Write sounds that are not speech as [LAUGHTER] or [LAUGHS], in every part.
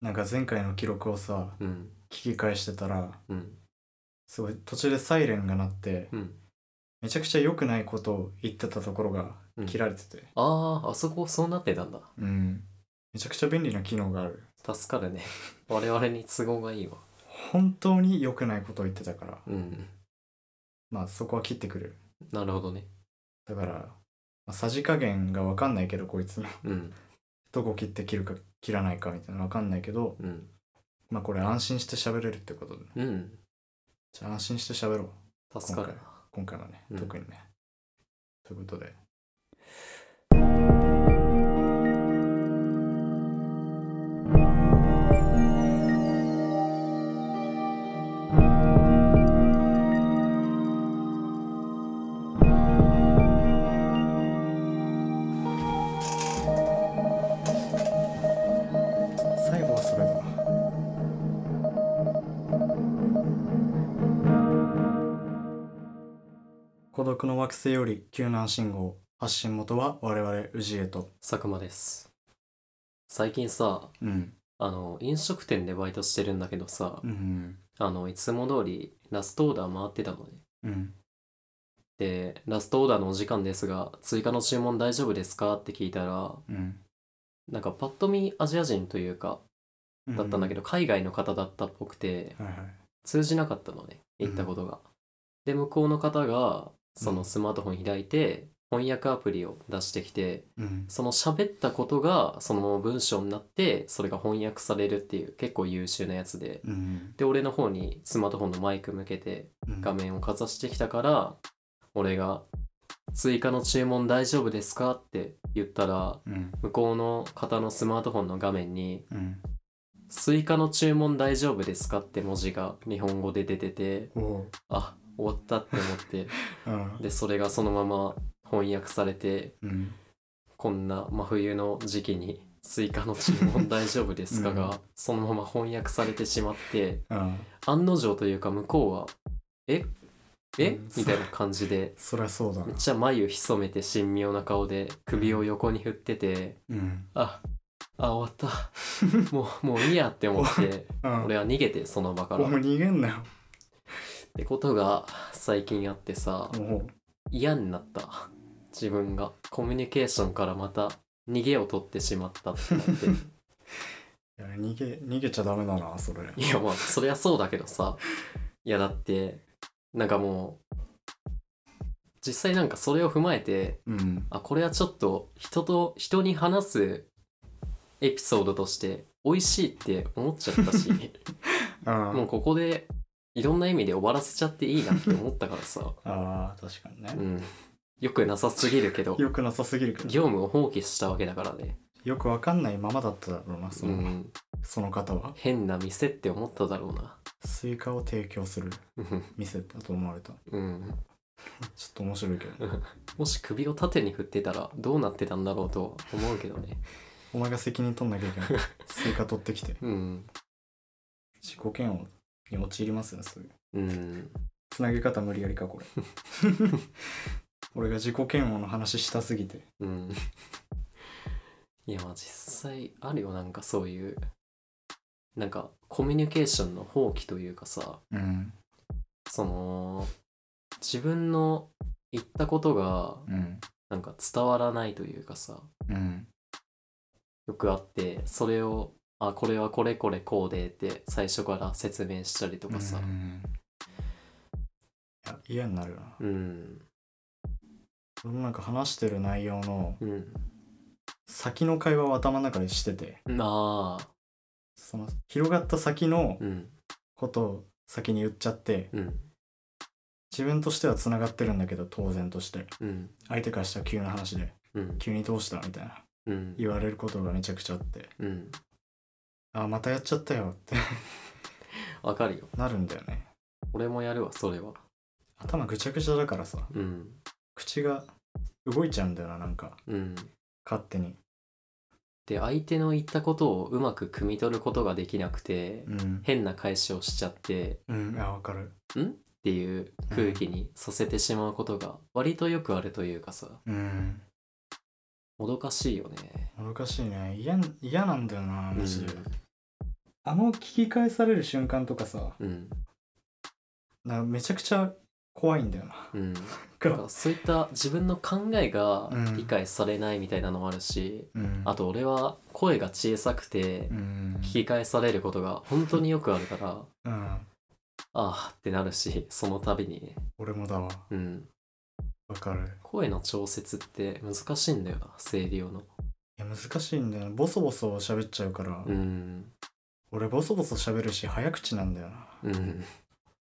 なんか前回の記録をさうん聞き返してたらうんすごい途中でサイレンが鳴ってうんめちゃくちゃ良くないことを言ってたところがうん切られててあああそこそうなってたんだうん、めちゃくちゃ便利な機能がある助か [LAUGHS] るね我々に都合がいいわ本当に良くないことを言ってたからうんまあそこは切ってくれるなるほどねだから、まあ、さじ加減が分かんないけどこいつの [LAUGHS] うんどこ切って切るか切らないかみたいなの分かんないけどうんまあこれ安心して喋れるってことでうんじゃあ安心して喋ろう助かるな今回はね、うん特にねということで最後はそれだな孤独の惑星より救難信号発信元は我々氏家と佐久間です最近さうんあの飲食店でバイトしてるんだけどさ、うんあのいつも通りラストオーダー回ってたのねうんでラストオーダーのお時間ですが追加の注文大丈夫ですかって聞いたらうんなんかパッと見アジア人というかうんだったんだけど、海外の方だったっぽくてはいはい通じなかったのねうん行ったことが、で向こうの方がそのスマートフォン開いて、翻訳アプリを出してきてうんその喋ったことがその文章になってそれが翻訳されるっていう結構優秀なやつでうんで俺の方にスマートフォンのマイク向けてうん画面をかざしてきたから俺が「追加の注文大丈夫ですか?」って言ったらうん向こうの方のスマートフォンの画面にうん「スイカの注文大丈夫ですか?」って文字が日本語で出てておおあ終わったって思って [LAUGHS] うんでそれがそのまま翻訳されてうんこんな真冬の時期に「スイカの注文大丈夫ですか?」うんがそのまま翻訳されてしまってあ案の定というか向こうは「えうえんみたいな感じで。そりゃそうだめなっちゃ眉潜めて神妙な顔で首を横に振ってて、うんああ [LAUGHS] 終わったもうもういいやって思ってうん俺は逃げてその場かおら前っ逃げんなよてことが最近あってさおお嫌になった [LAUGHS] 自分がコミュニケーションからまた逃げを取ってしまったってなっ [LAUGHS] ていや逃げ逃げちゃダメだなそれいやまあそりゃそうだけどさいやだってなんかもう実際なんかそれを踏まえてうんあこれはちょっと人と人に話すエピソードとして美味しいって思っちゃった [LAUGHS] しあもうここでいろんな意味で終わらせちゃっていいなって思ったからさあー確かにうねんよくなさすぎるけど [LAUGHS] よくなさすぎるけど業務を放棄したわけだからね、よくわかんないままだっただろうなそうの,、ん、その方は変な店って思っただろうな [LAUGHS] スイカを提供するうん店だと思われたちょうんっと面白いけどもし首を縦に振ってたらどうなってたんだろうとは思うけどねお前が責任取んなきゃいけないスイカ取ってきてうん自己嫌悪に陥りますねそういううんつなげ方無理やりかこれ [LAUGHS] 俺が自己嫌悪の話したすぎてうん。 [LAUGHS] いやまあ実際あるよなんかそういうなんかコミュニケーションの放棄というかさうんその自分の言ったことがうんなんか伝わらないというかさうんよくあってそれをあこれはこれこれこうでって最初から説明したりとかさうんいや嫌になるよなうん俺もなんか話してる内容のうん、先の会話を頭の中でしててああその広がった先のうんことを先に言っちゃってうん自分としてはつながってるんだけど当然としてうん相手からしたら急な話でうん急にどうしたみたいなうん言われることがめちゃくちゃあってうんあまたやっちゃったよってわかるよなるんだよね俺もやるわそれは頭ぐちゃぐちゃだからさうん口が動いちゃうんだよななんかうん勝手にで相手の言ったことをうまく汲み取ることができなくてうん変な返しをしちゃってうんあわかるっていう空気にさせてしまうことが割とよくあるというかさうんもどかしいよねもどかしいね嫌ん嫌なんだよなマジで、うんあの聞き返される瞬間とかさうんなんかめちゃくちゃ怖いんだよなうんかなんらかそういった自分の考えがうん理解されないみたいなのもあるし、うんあと俺は声が小さくてうん聞き返されることが本当によくあるから、あうんあってなるしその度にね俺もだわうんわかる声の調節って難しいんだよな声量のいや難しいんだよなボソボソ喋っちゃうから、うん俺ボソボソ喋るし早口なんだよなうん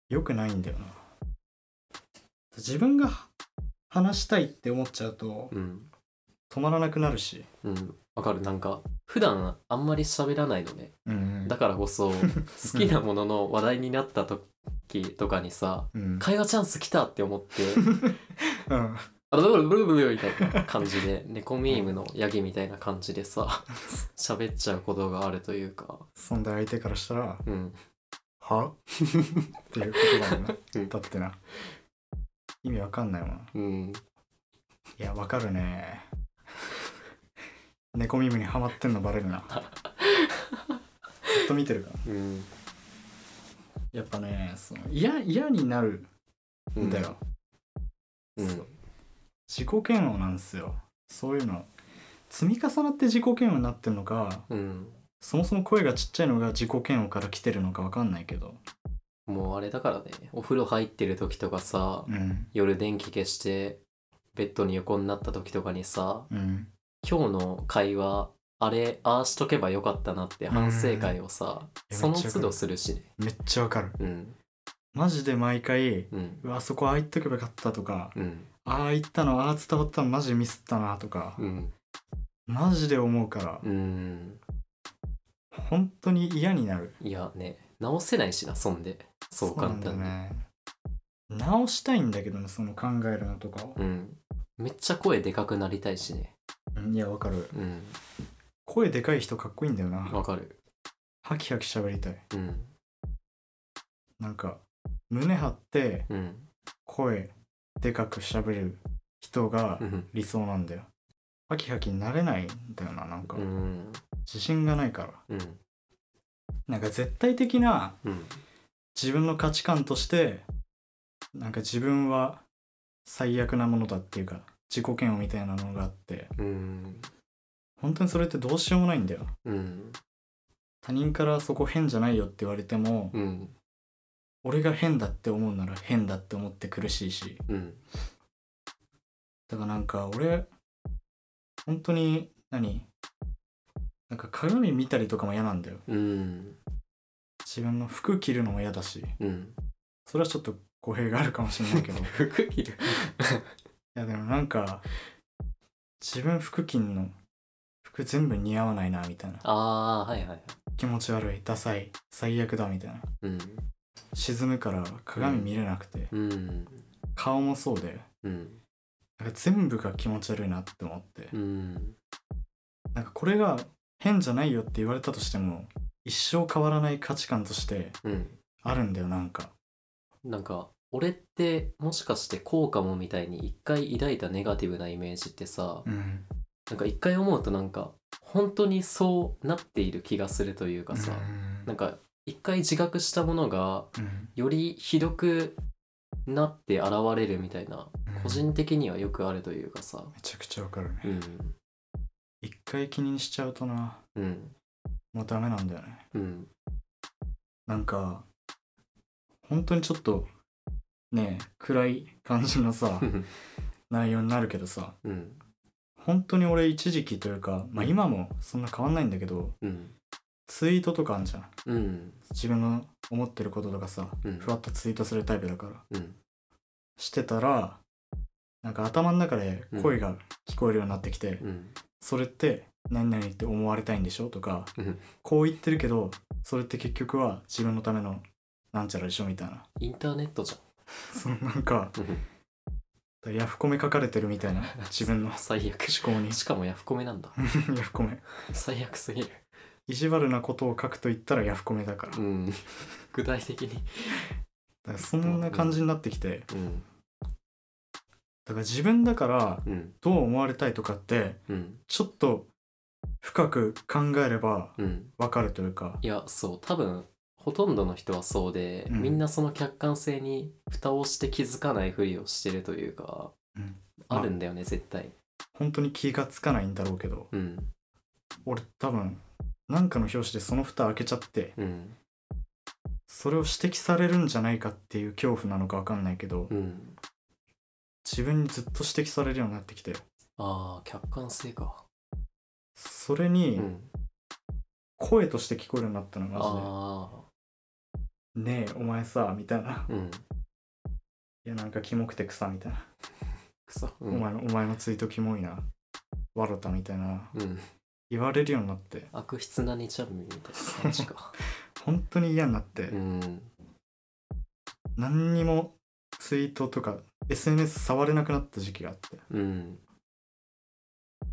良くないんだよな自分が話したいって思っちゃうとうん止まらなくなるし、うんわかるなんか普段あんまり喋らないのねうんだからこそ好きなものの話題になった時とかにさうん、会話チャンス来たって思 [LAUGHS] ってうん、あブルブルブルブルみたいな感じで猫ミームのヤギみたいな感じでさ喋っちゃうことがあるというかそんで相手からしたらうん「は? 」っていうことだもんな、うんだってな意味わかんないもんうんいやわかるね猫耳にはまってんのバレるなずっと見てるからうんやっぱねその嫌嫌になるうんんだよ、うんそう自己嫌悪なんですよそういうの積み重なって自己嫌悪になってるのかうんそもそも声がちっちゃいのが自己嫌悪から来てるのかわかんないけどもうあれだからねお風呂入ってる時とかさうん夜電気消してベッドに横になった時とかにさうん今日の会話あれああしとけばよかったなって反省会をさうんその都度するしねめっちゃわかるうんマジで毎回うんうわあそこああ言っとけばよかったとかうんああ言ったのああ伝わったのマジでミスったなとかうんマジで思うからうん本当に嫌になるいやね直せないしなそんでそう簡な単んにだよね直したいんだけどねその考えるのとかをうん。めっちゃ声でかくなりたいしね。うんいやわかるうん。声でかい人かっこいいんだよなわかる。ハキハキ喋りたいうん。なんか胸張ってうん。声でかく喋る人がうん。理想なんだよ。ハキハキになれないんだよななんかうん。自信がないからうん。なんか絶対的なうん。自分の価値観としてなんか自分は最悪なものだっていうか自己嫌悪みたいなのがあってうん。本当にそれってどうしようもないんだようん。他人からそこ変じゃないよって言われても、うん。俺が変だって思うなら変だって思って苦しいしうん。だからなんか俺本当に何なんか鏡見たりとかも嫌なんだようん。自分の服着るのも嫌だしうん。それはちょっと語弊があるかもしれないけどい服着る。やでもなんか自分服着んの服全部似合わないなみたいなああ、はいはいはい。気持ち悪いダサい最悪だみたいなうん。沈むから鏡見れなくて、うん。顔もそうでうん。なんか全部が気持ち悪いなって思って、うん。なんかこれが変じゃないよって言われたとしても一生変わらない価値観としてうん。あるんだよなんかなんか、俺ってもしかしてこうかもみたいに一回抱いたネガティブなイメージってさ、んなんか一回思うとなんか、本当にそうなっている気がするというかさ、なんか一回自覚したものがうんよりひどくなって現れるみたいなうん個人的にはよくあるというかさめちゃくちゃわかるねうん一回気にしちゃうとなうんもうダメなんだよねうんなんか本当にちょっとねえ暗い感じのさ内容になるけどさうん本当に俺一時期というかまあ今もそんな変わんないんだけどうんツイートとかあんじゃんうん自分の思ってることとかさうんふわっとツイートするタイプだからうんしてたらなんか頭の中で声が聞こえるようになってきて、うんそれって何々って思われたいんでしょとか、うんこう言ってるけどそれって結局は自分のためのなんちゃらでしょみたいな [LAUGHS] インターネットじそのなんかゃんうんヤフコメ書かれてるみた [LAUGHS] いな自分の思最悪考にしかもヤフコメなんだヤフコメ最悪すぎる意地悪なことを書くと言ったらヤフコメだから,、うだん具体的にからそんな感じになってきてうんだから自分だからうんどう思われたいとかってうんちょっと深く考えればうんわかるというかいやそう多分ほとんどの人はそうで、うんみんなその客観性に蓋をして気づかないふりをしてるというか、うんあるんだよね絶対本当に気がつかないんだろうけどうん俺多分なんかの表紙でその蓋開けちゃってうんそれを指摘されるんじゃないかっていう恐怖なのかわかんないけどうん自分にずっと指摘されるようになってきてああ客観性かそれうにん声として聞こえるようになったのマあジで「ねえお前さ」みたいなあうん「いやなんかキモくて草」みたいなくそ「うおん前のお前のツイートキモいな」「わろた」みたいなうん言われるようになって悪質な日曜日みたいな感じか本当に嫌になって、うん何にもツイートとか SNS 触れなくなった時期があってうん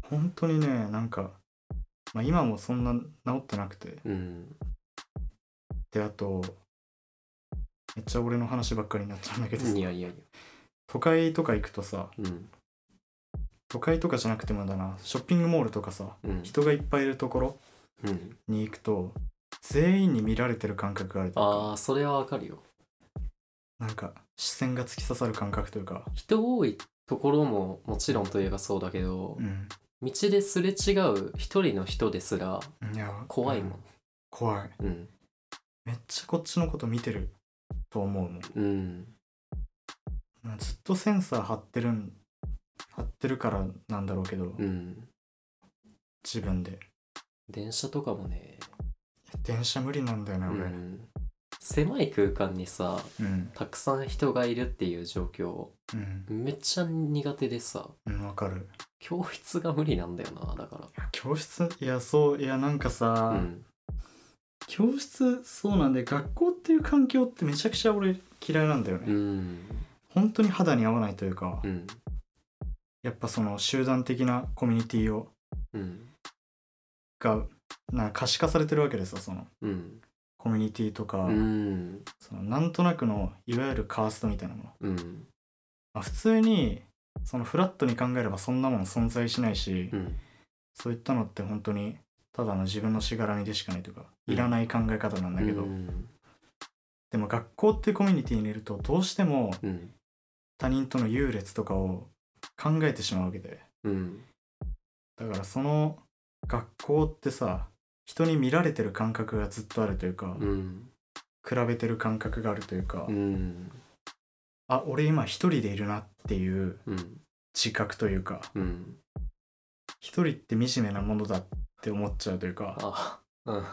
本当にねなんか、まあ、今もそんな治ってなくてうんであとめっちゃ俺の話ばっかりになっちゃうんだけどいやいやいや都会とか行くとさうん都会とかじゃなくてもだなショッピングモールとかさうん人がいっぱいいるところうんに行くと全員に見られてる感覚があるというああそれはわかるよかなんか視線が突き刺さる感覚というか人多いところももちろんといえばそうだけど、うん道ですれ違う一人の人ですらいや怖いもうん怖いうんめっちゃこっちのこと見てると思うもんうんまあずっとセンサー張ってるん張ってるからなんだろうけど、うん自分で電車とかもね、電車無理なんだよねう俺うん、ん、狭い空間にさうんたくさん人がいるっていう状況うんめっちゃ苦手でさわかる教室が無理なんだよなだかいや教室いやそういやなんかさら、うん教室そうなんで学校っていう環境ってめちゃくちゃ俺嫌いなんだよね、うん本当に肌に合わないというか、うんやっぱその集団的なコミュニティをうんがなんか可視化されてるわけですよそのうんコミュニティとか、うんそのなんとなくのいわゆるカーストみたいなものうんまあ、普通にそのフラットに考えればそんなもん存在しないし、うんそういったのって本当にただの自分のしがらみでしかないというか、うんいらない考え方なんだけど、うんでも学校っていうコミュニティにいるとどうしてもうん他人との優劣とかを考えてしまうわけでうんだからその学校ってさ人に見られてる感覚がずっとあるというか、うん比べてる感覚があるというか、うんあ俺今一人でいるなっていううん自覚というかうん一人って惨めなものだって思っちゃうというか、あ、うん。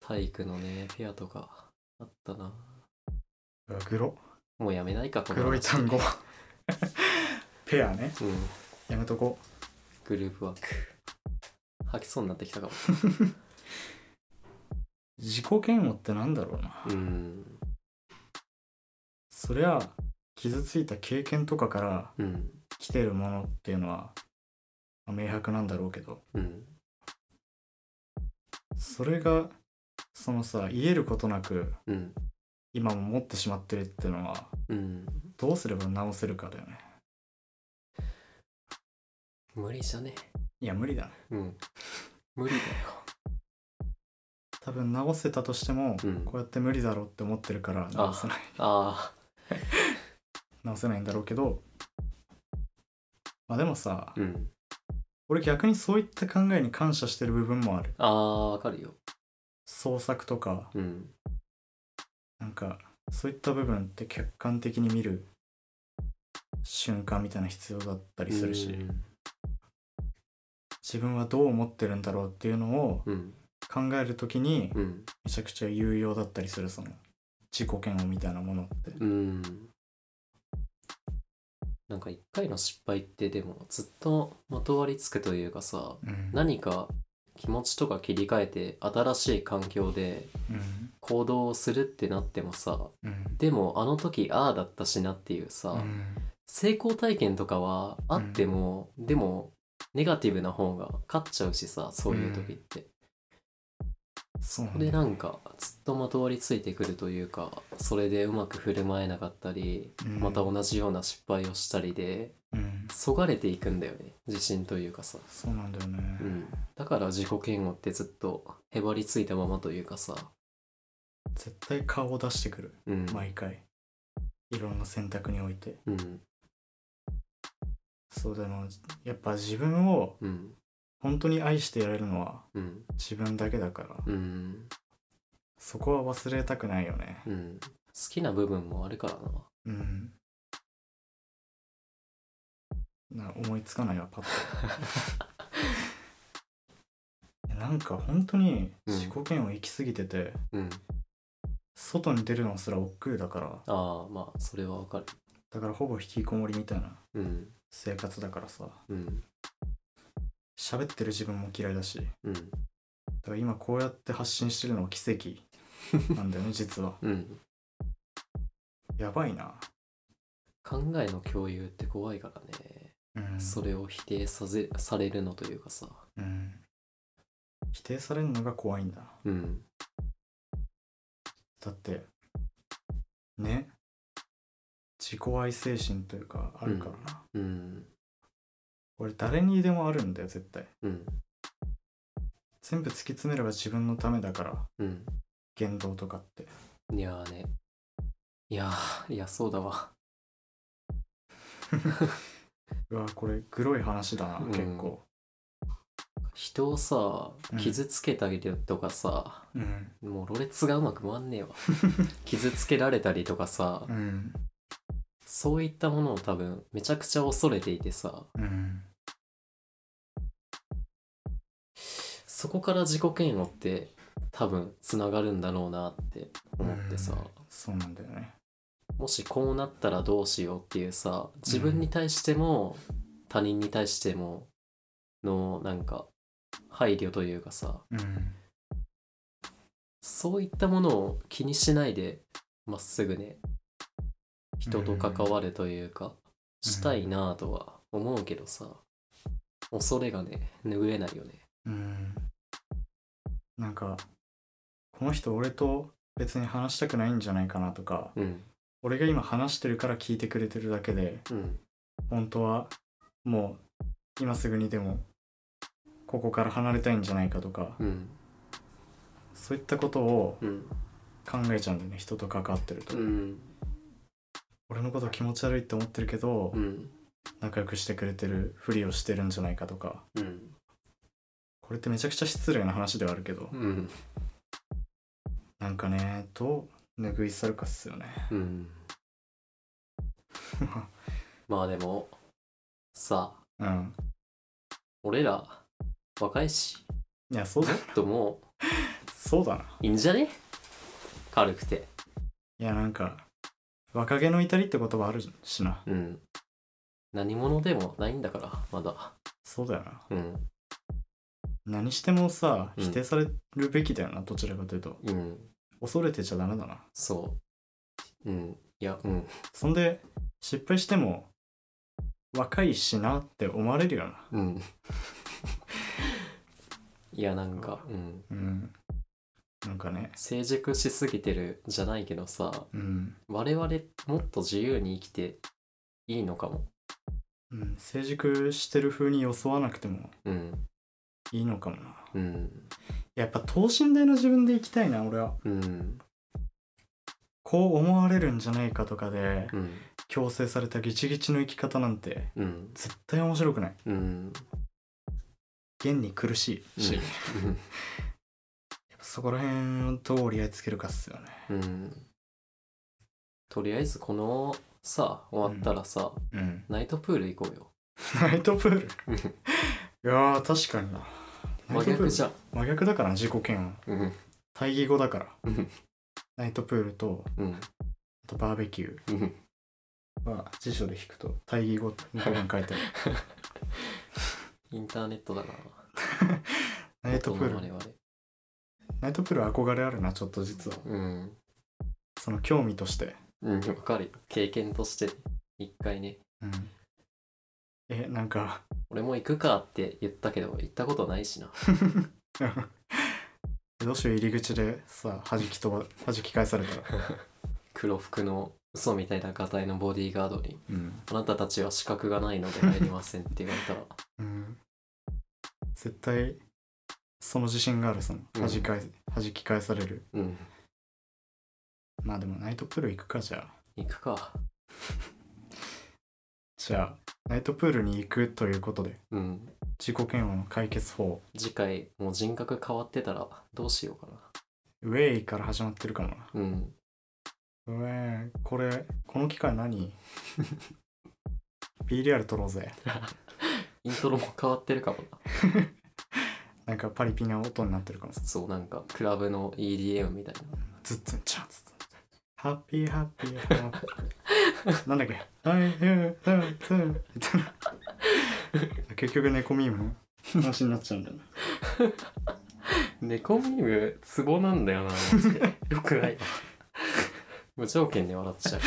体育のね、ペアとかあったな。うわグロもうやめないか、この話黒い単語 [LAUGHS] ペアねうん。やめとこグループワーク。吐きそうになってきたかも。う自己嫌悪ってなんだろうなうん。そりゃ傷ついた経験とかからうん。来てるものっていうのは、まあ明白なんだろうけどうん。それがそのさ癒えることなくうん。今も持ってしまってるっていうのはうん。どうすれば直せるかだよね無理じゃね。いや無理だねうん。無理だよ。多分直せたとしても、うんこうやって無理だろうって思ってるから直せないあ直せないんだろうけどまあでもさあ。うん。俺逆にそういった考えに感謝してる部分もあるああ、わかるよ。創作とかうん。なんかそういった部分って客観的に見る瞬間みたいな必要だったりするし自分はどう思ってるんだろうっていうのをうん。考える時にうん。めちゃくちゃ有用だったりするその自己嫌悪みたいなものってうん。なんか一回の失敗ってでもずっとまとわりつくというかさ、うん何か気持ちとか切り替えて新しい環境でうん行動をするってなってもさうんでもあの時ああだったしなっていうさ、うん成功体験とかはあっても、でもネガティブな方が勝っちゃうしさそういう時って、そうなんこだれなんかずっとまとわりついてくるというかそれでうまく振る舞えなかったりうんまた同じような失敗をしたりでうんそがれていくんだよね自信というかさ、そうなんだよね、うん、だから自己嫌悪ってずっとへばりついたままというかさ、絶対顔を出してくるうん毎回いろんな選択においてうんそうでもやっぱ自分をうん本当に愛してやれるのはうん自分だけだからうんそこは忘れたくないよねうん好きな部分もあるからな [LAUGHS] うんな思いつかないわパッとなんか本当に自己嫌悪行き過ぎてて、うん外に出るのすら億劫だからああまあそれはわかるだからほぼ引きこもりみたいなうん生活だからさうん喋ってる自分も嫌いだしだうんから今こうやって発信してるのは奇跡なん [LAUGHS] だよね実はうんやばいな考えの共有って怖いからね、うんそれを否定させされるのというかさうん否定されるのが怖いんだうんだってね自己愛精神というかあるからな、うん俺誰にでもあるんだよ絶対うん全部突き詰めれば自分のためだからうん言動とかっていやーねいやーいやそうだわうわこれグロい話だなうん結構人をさうん傷つけたりとかさ、うんもうろれつがうまく回んね [LAUGHS] えわ傷つけられたりとかさ、うんそういったものを多分めちゃくちゃ恐れていてさうんそこから自己嫌悪って多分つながるんだろうなって思ってさ、そうなんだよねもしこうなったらどうしようっていうさ自分に対しても他人に対してものなんか配慮というかさうんそういったものを気にしないでまっすぐね人と関わるというかしたいなぁとは思うけどさ恐れがね拭えないよねうんなんかこの人俺と別に話したくないんじゃないかなとかうん俺が今話してるから聞いてくれてるだけでうん本当はもう今すぐにでもここから離れたいんじゃないかとかうんそういったことをうん考えちゃうんだよね人と関わってると、うん俺のこと気持ち悪いって思ってるけど、うん仲良くしてくれてるふりをしてるんじゃないかとかうんこれってめちゃくちゃ失礼な話ではあるけどうんなんかねどう拭い去るかっすよね [LAUGHS] うんまあでもさあうん俺ら若いしいやそうだちょっともそうだなういいんじゃね軽くていやなんか若気の至りって言葉あるしなうん何者でもないんだからまだそうだよなうん何してもさうん否定されるべきだよな、どちらかというとうん恐れてちゃダメだなそううんいやうんそんで失敗しても若いしなって思われるよなうん [LAUGHS] いやなんか、うん、うんなんかね成熟しすぎてるじゃないけどさうん、我々もっと自由に生きていいのかもうん、成熟してる風に装わなくてもうんいいのかもなうんやっぱ等身大の自分で生きたいな俺はうんこう思われるんじゃないかとかでうん強制されたギチギチの生き方なんてうん絶対面白くないうん現に苦しいし、やっぱそこら辺をどう折り合いつけるかっすよねうんとりあえずこのさ終わったらさ、うんナイトプール行こうよナイトプールいやー確かにな真逆じゃゃん真逆だからな自己嫌悪うん対義語だからうんナイトプールとうんあとバーベキュうんーは辞書で引くと対義語って日本語に書い [LAUGHS] てあるインターネットだなナイトプー我ル々ナイトプール憧れあるなちょっと実はうんその興味としてうんわかるよ経験として一回ねうんえなんか [LAUGHS] 俺も行くかって言ったけど行ったことないしなどうしよう入り口でさ弾き飛ば弾き返されたら黒服の嘘みたいな形のボディーガードにうん、あなたたちは資格がないので入りませんって言われた [LAUGHS] ら絶対その自信があるそのうん弾き返す弾き返されるうんまあでもナイトプール行くかじゃあ行くかじゃあナイトプールに行くということでうん自己嫌悪の解決法次回もう人格変わってたらどうしようかウェイから始まってるかもななうんうえこれこの機会何 [LAUGHS] B リアル撮ろうぜイントロも変わってるかもななんかパリピな音になってるかもそうなんかクラブの EDM みたいなずっとちゃんずっとハッピーハッピーハッピーなんだっけはいはいはいはいみたいな結局猫ミームの話になっちゃうんだよな猫ミームツボなんだよなマジでよくないわ [LAUGHS] 無条件で笑っちゃう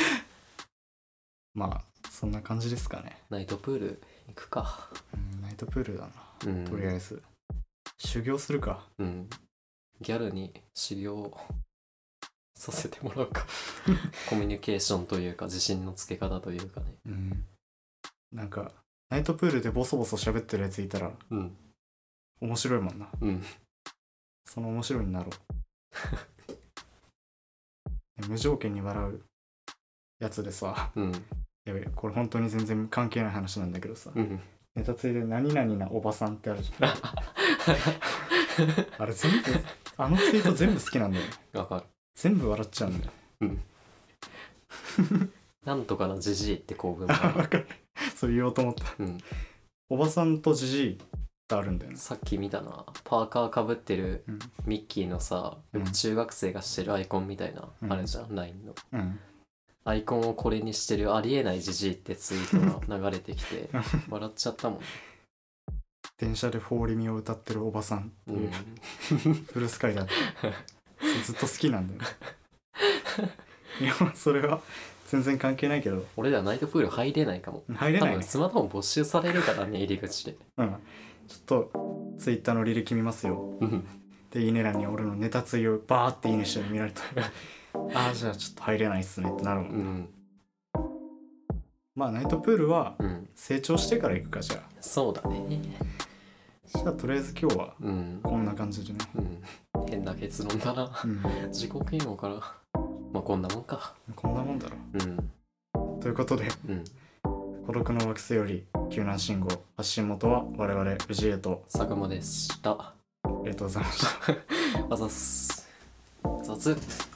まあそんな感じですかね、ナイトプール行くかうん、ナイトプールだなうんとりあえず、修行するかうんギャルに修行をさせてもらう [LAUGHS] かコミュニケーションというか自信のつけ方というかねうんなんかナイトプールでボソボソ喋ってるやついたらうん面白いもんなうんその面白いに [LAUGHS] なろう無条件に笑うやつでさうんやべえこれ本当に全然関係ない話なんだけどさ、うん [LAUGHS] ネタついで何々なおばさんってあるじゃんあれ全部あのツイート全部好きなんだよねわかる全部笑っちゃうんだよなんとかなじじいって構文 [LAUGHS] もああ分るかるそれ言おうと思ったうんおばさんとじじいってあるんだよねさっき見たなパーカーかぶってるうんミッキーのさ、うん中学生がしてるアイコンみたいな、うんあれじゃん LINE のうんアイコンをこれにしてるありえないじじいってツイートが流れてき [LAUGHS] て笑っちゃったもん、電車でフォーリミを歌ってるおばさんってう、いうんブルースカイだって [LAUGHS] ずっと好きなんだよねいやまあそれは全然関係ないけど俺らナイトプール入れないかも入れ多ないね分スマートフォン没収されるからね入り口でうん、ちょっとツイッターの履歴見ますようんでいいね欄に俺のネタついをバーっていいねしてるの見られたらああじゃあちょっと入れないっすねってなるもん、うんまあナイトプールはうん成長してから行くかじゃそうだねあじゃあとりあえず今日はうんこんな感じでねうん変な結論だなうん自己嫌悪からまあこんなもんかこんなもんだろうんということでうん孤独の惑星より救難信号発信元は我々氏家と佐久間でしたありがとうございましたあざっす雑